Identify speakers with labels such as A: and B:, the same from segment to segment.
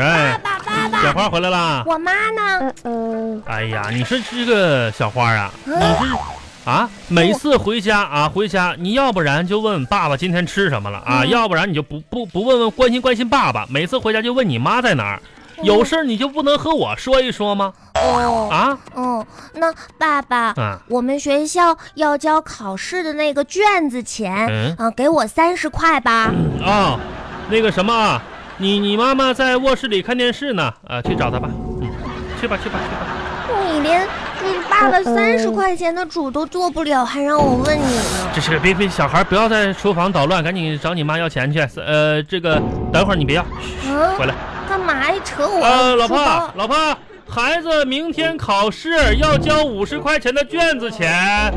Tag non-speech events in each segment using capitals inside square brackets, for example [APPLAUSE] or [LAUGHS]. A: 哎，
B: 爸爸
A: 小
B: 爸，
A: 花回来啦！
B: 我妈呢？嗯
C: 呃，
A: 哎呀，你是这个小花啊？你是啊？每次回家啊，回家你要不然就问爸爸今天吃什么了啊，
B: 嗯
A: 要不然你就不不不问问关心关心爸爸。每次回家就问你妈在哪儿，有事儿你就不能和我说一说吗？
B: 哦，
A: 啊
B: 哦，那爸爸，
A: 啊
B: 我们学校要交考试的那个卷子钱，
A: 嗯
B: 啊，给我三十块吧。
A: 哦，那个什么啊，你你妈妈在卧室里看电视呢，啊，去找她吧，嗯，去吧去吧去吧。
B: 你连就是爸爸
C: 嗯
B: 三十块钱的主都做不了，还让我问你呢？
A: 这是别别，小孩不要在厨房捣乱，赶紧找你妈要钱去。呃，这个等会儿你别要，
B: 啊
A: 回，来。
B: 干嘛呀？扯我
A: 呃，老
B: 书
A: 婆
B: 包，
A: 老婆，孩子明天考试要交五十块钱的卷子钱。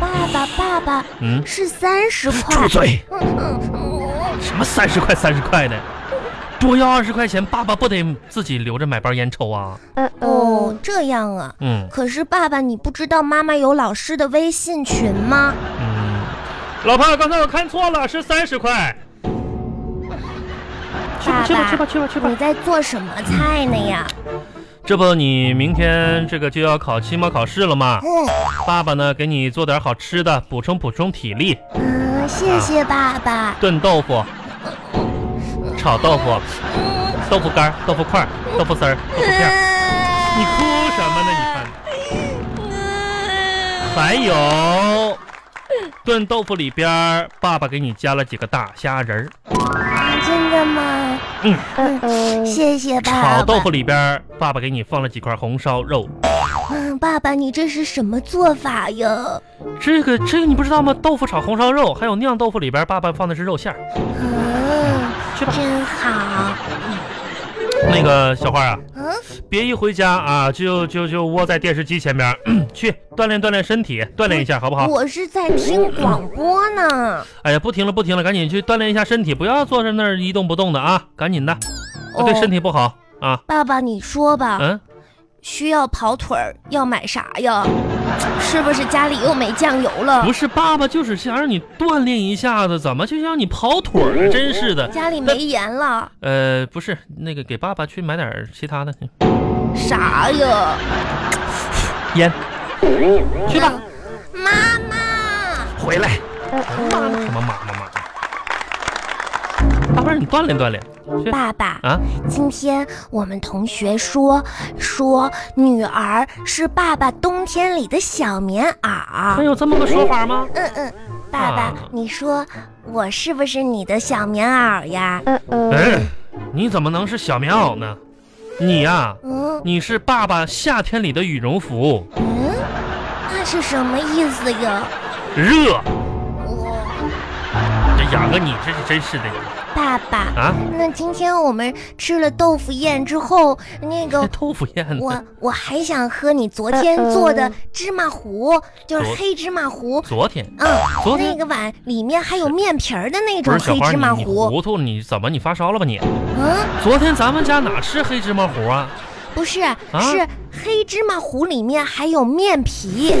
B: 爸爸，爸爸
A: 嗯，
B: 是三十块
A: 住。嘴！
B: 嗯嗯嗯，
A: 什么三十块三十块的，多要二十块钱，爸爸不得自己留着买包烟抽啊？
C: 呃，
B: 哦
C: 哦，，
B: 这样啊。
A: 嗯
B: 可是爸爸，你不知道妈妈有老师的微信群吗？
A: 嗯，老婆，刚才我看错了，是三十块。
C: 嗯
A: 去吧
B: 爸
A: 去吧去吧
B: 爸，
A: 去吧去吧
B: 你。在做什么菜呢呀？
A: 这不，你明天这个就要考期末考试了吗？
B: 嗯
A: 爸爸呢，给你做点好吃的，补充补充体力。
B: 嗯，谢谢爸爸。
A: 炖豆腐，炒豆腐，豆腐干儿、豆腐块儿、豆腐丝儿、豆腐片儿。你哭什么呢？你看，还有炖豆腐里边儿，爸爸给你加了几个大虾仁儿；
B: 嗯真的吗？
C: 呃，
B: 谢谢爸爸。
A: 炒豆腐里边儿，爸爸给你放了几块红烧肉。
B: 嗯，爸爸，你这是什么做法呀？
A: 这个这个你不知道吗？豆腐炒红烧肉，还有酿豆腐里边儿，爸爸放的是肉馅儿。
B: 嗯，
A: 去吧，
B: 真好。
A: 那个小花啊，
B: 嗯，
A: [LAUGHS] 别一回家啊，就就就窝在电视机前边儿， [CLEARS THROAT] 去锻炼锻炼身体，锻炼一下好不好？
B: 我是在听广播呢。
A: 哎呀，不听了，不听了，赶紧去锻炼一下身体，不要坐在那儿一动不动的啊，赶紧的，
B: 哦啊
A: 对身体不好啊。
B: 爸爸，你说吧，
A: 嗯，
B: 需要跑腿儿要买啥呀？是不是家里又没酱油了
A: 不？是，爸爸就是想让你锻炼一下子，怎么就让你跑腿儿呢？真是的。
B: 家里没盐了？
A: 呃，不是，那个给爸爸去买点儿其他的
B: 啥呀？
A: 烟，去吧，
B: 妈妈，
A: 回来。妈妈什么妈妈妈妈？大妹儿，你锻炼锻炼去
B: 爸爸，
A: 啊。
B: 今天我们同学说说女儿是爸爸冬天里的小棉
A: 还
B: 袄。
A: 有这么个说法吗？
B: 嗯嗯，爸爸
A: 啊，
B: 你说我是不是你的小棉袄呀？
C: 呃，呃，
A: 哎，你怎么能是小棉袄呢？你呀、
B: 嗯
A: 你是爸爸夏天里的羽绒服，
B: 嗯，那是什么意思呀？
A: 热。
B: 我
A: 这雅哥，你这是真是的
B: 爸爸，
A: 啊！
B: 那今天我们吃了豆腐宴之后，那
A: 这 [LAUGHS]
B: 个
A: 豆腐宴
B: 我我还想喝你昨天做的
C: 嗯嗯
B: 芝麻糊，就是
A: 昨
B: 黑芝麻糊。
A: 昨天，
B: 嗯，
A: 昨
B: 那
A: 天
B: 个碗里面还有面皮儿的那
A: 不
B: 种
A: 是小
B: 黑
A: 花，
B: 芝麻
A: 你你
B: 糊。
A: 糊涂，你怎么你发烧了吧你？
B: 嗯，
A: 昨天咱们家哪吃黑芝麻糊啊？
B: 不是，是黑芝麻糊里面还有面皮。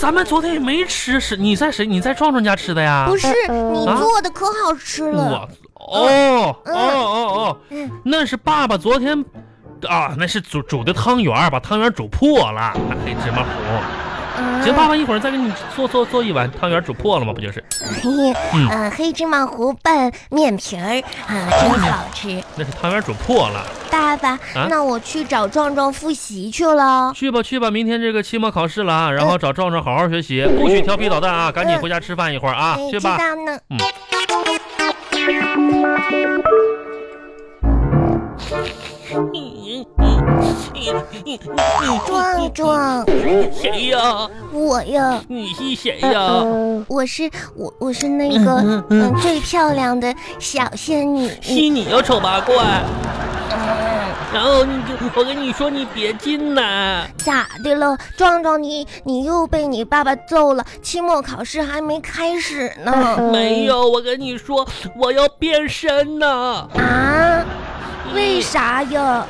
A: 咱们昨天也没吃，是你在谁？你在壮壮家吃的呀？
B: 不是，
C: 嗯
B: 你
A: 啊
B: 做的可好吃了
A: 我。哦哦
B: 嗯
A: 哦哦，那是爸爸昨天啊，那是煮煮的汤圆儿，把汤圆煮破了，那黑芝麻糊。
B: 嗯，
A: 行，爸爸一会儿再给你做做做一碗汤圆，煮破了吗？不就是？
B: 嘿，
A: 嗯
B: 呃，黑芝麻糊拌面皮儿啊，真好吃。
A: 那是汤圆煮破了。
B: 爸爸，
A: 啊
B: 那我去找壮壮复习去了。
A: 去吧去吧，明天这个期末考试了啊，然
B: 嗯
A: 后找壮壮好好学习，不许调皮捣蛋啊！赶紧回家吃饭一会儿啊，
B: 哎，
A: 去
B: 知
A: 吧。
B: 道呢。
A: 嗯
B: 壮壮，
A: 谁呀？
B: 我呀，
A: 你是谁
B: 嗯
A: 呀？
C: 呃，
B: 我是我，我是那个嗯最漂亮的小仙女。
A: 是你要丑八怪。
B: 嗯
A: 然后你就我跟你说，你别进来。
B: 咋的了，壮壮你你又被你爸爸揍了？期末考试还没开始呢
C: 呃
D: 没，有，我跟你说，我要变
B: 嗯
D: 身呢。
A: 嗯
B: 啊？为啥呀？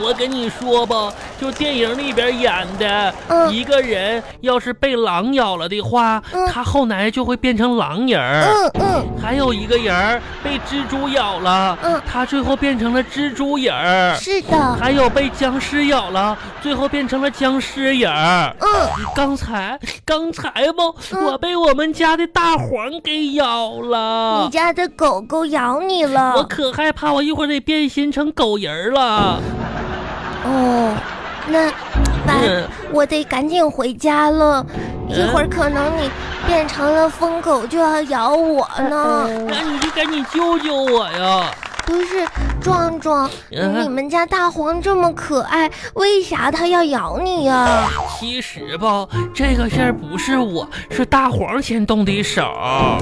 D: 我跟你说吧，
A: 就电影里边演的，
B: 嗯
A: 一个人要是被狼咬了的话，
B: 嗯
A: 他后来就会变成狼人儿。
B: 嗯嗯，
A: 还有一个人儿被蜘蛛咬了，
B: 嗯
A: 他最后变成了蜘蛛人儿；
B: 是的，
A: 还有被僵尸咬了，最后变成了僵尸人儿。
B: 嗯，
A: 刚才，刚才不，
B: 嗯
A: 我被我们家的大黄给咬
B: 你
A: 了，
B: 家的狗狗咬你
A: 我
B: 了。
A: 可害怕，我一会儿得变形成狗人儿了。
B: 哦，那完，
A: 嗯，
B: 我得赶紧回家了，一会儿可能你变成了疯狗就要咬我
C: 呃
B: 呢。
A: 那你就嗯赶紧救救我呀！
B: 不是，壮壮，
A: 嗯
B: 你们家大黄这么可爱，为啥它要咬你呀、啊
A: 其实吧，这个事儿不是我，是大黄先动的手。
B: 啊，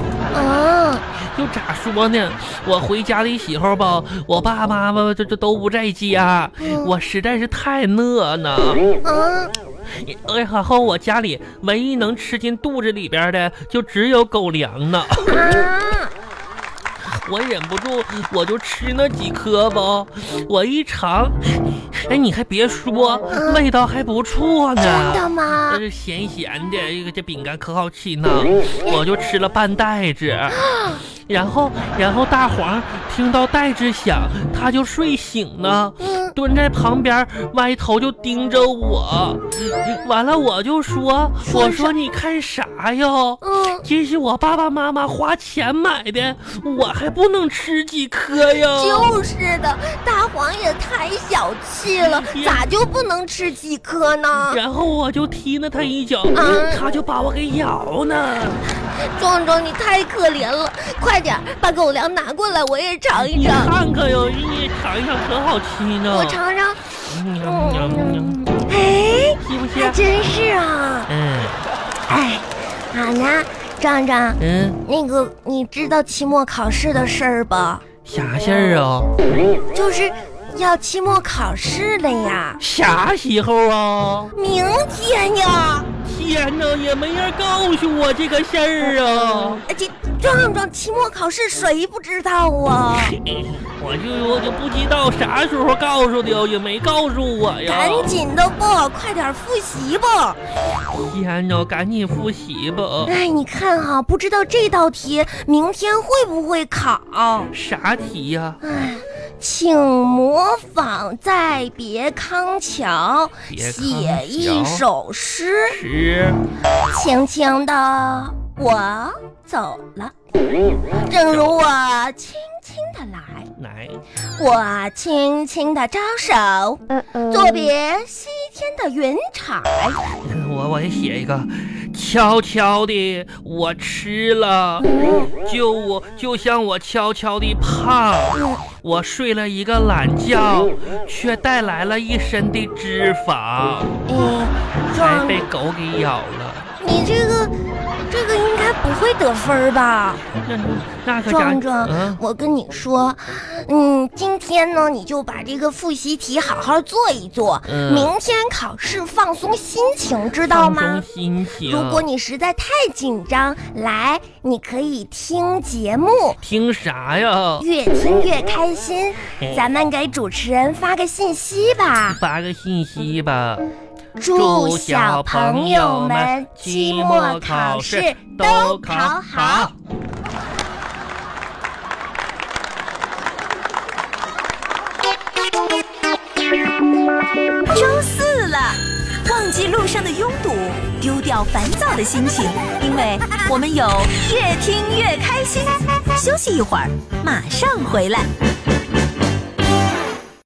A: 就咋说呢？我回家的时候吧，我爸妈妈这这都不在家，
B: 嗯
A: 我实在是太饿呢。
B: 啊，
A: 然后我家里唯一能吃进肚子里边的，就只有狗粮呢。 [LAUGHS]
B: 啊！
A: 我忍不住，我就吃那几颗吧。我一尝，哎，你还别说，味道还不错呢。
B: 嗯真的吗
A: 这？是咸咸的，这个这饼干可好吃呢，我就吃了半袋子。然后，然后大黄听到袋子响，他就睡醒了，
B: 嗯
A: 蹲在旁边歪头就盯着我。完了，我就说：“
B: 说
A: 我
B: 啥
A: 说你看啥呀？
B: 嗯，
A: 这是我爸爸妈妈花钱买的，我还不能吃几颗呀？”
B: 就是的，大黄也太小气了，咋就不能吃几颗呢？
A: 然后我就踢了他一脚，他就把我给咬呢。
B: 壮壮，你太可怜了，快点儿把狗粮拿过来，我也尝一
A: 你
B: 尝，
A: 看看哟，你尝一尝，可好吃呢。
B: 我尝尝。
A: 嗯，嗯
B: 嗯，哎，
A: 吸不吸
B: 还？真是啊！
A: 嗯
B: 哎，好呢，壮壮，
A: 嗯，
B: 那个你知道期末考试的事儿吧？
A: 啥事儿啊？
B: 就是要期末考试了呀，
A: 啥时候啊？
B: 明天呀。
A: 天哪，也没人告诉我这个事儿啊！
B: 哎这壮壮期末考试谁不知道啊？
A: 我就我就不知道啥时候告诉的，也没告诉我呀
B: 赶。紧的吧，快点复习吧！
A: 天哪，赶紧复习吧。
B: 哎，你看哈、不知道这道题明天会不会考？
A: 啥题呀、
B: 哎，请模仿《再别康桥》，
A: 别康
B: 写一
A: 桥
B: 首诗。
A: 十
B: 轻轻的我走了，正如我轻轻的来。
A: 来，
B: 我轻轻地招手，
A: 嗯
B: 作别西天的云彩。
A: 我我也写一个，悄悄的我吃了，就我就像我悄悄的胖，我睡了一个懒觉，却带来了一身的脂肪，
B: 嗯，
A: 还
B: 壮，
A: 被狗给咬了。
B: 你这个这个应该不会得分儿吧？
A: 那那可咋
B: 壮？壮，
A: 嗯，
B: 我跟你说，嗯，今天呢，你就把这个复习题好好做一做，
A: 嗯
B: 明天考试放松心情，知道
A: 放
B: 吗？
A: 松心情。
B: 如果你实在太紧张，来，你可以听节目，
A: 听啥呀？
B: 越听越开心。咱们给主持人发个信息吧，
A: 发个信息吧。
B: 祝小朋友们期末考试都考好。。
E: 周四了，忘记路上的拥堵，丢掉烦躁的心情，因为我们有越听越开心。休息一会儿，马上回来。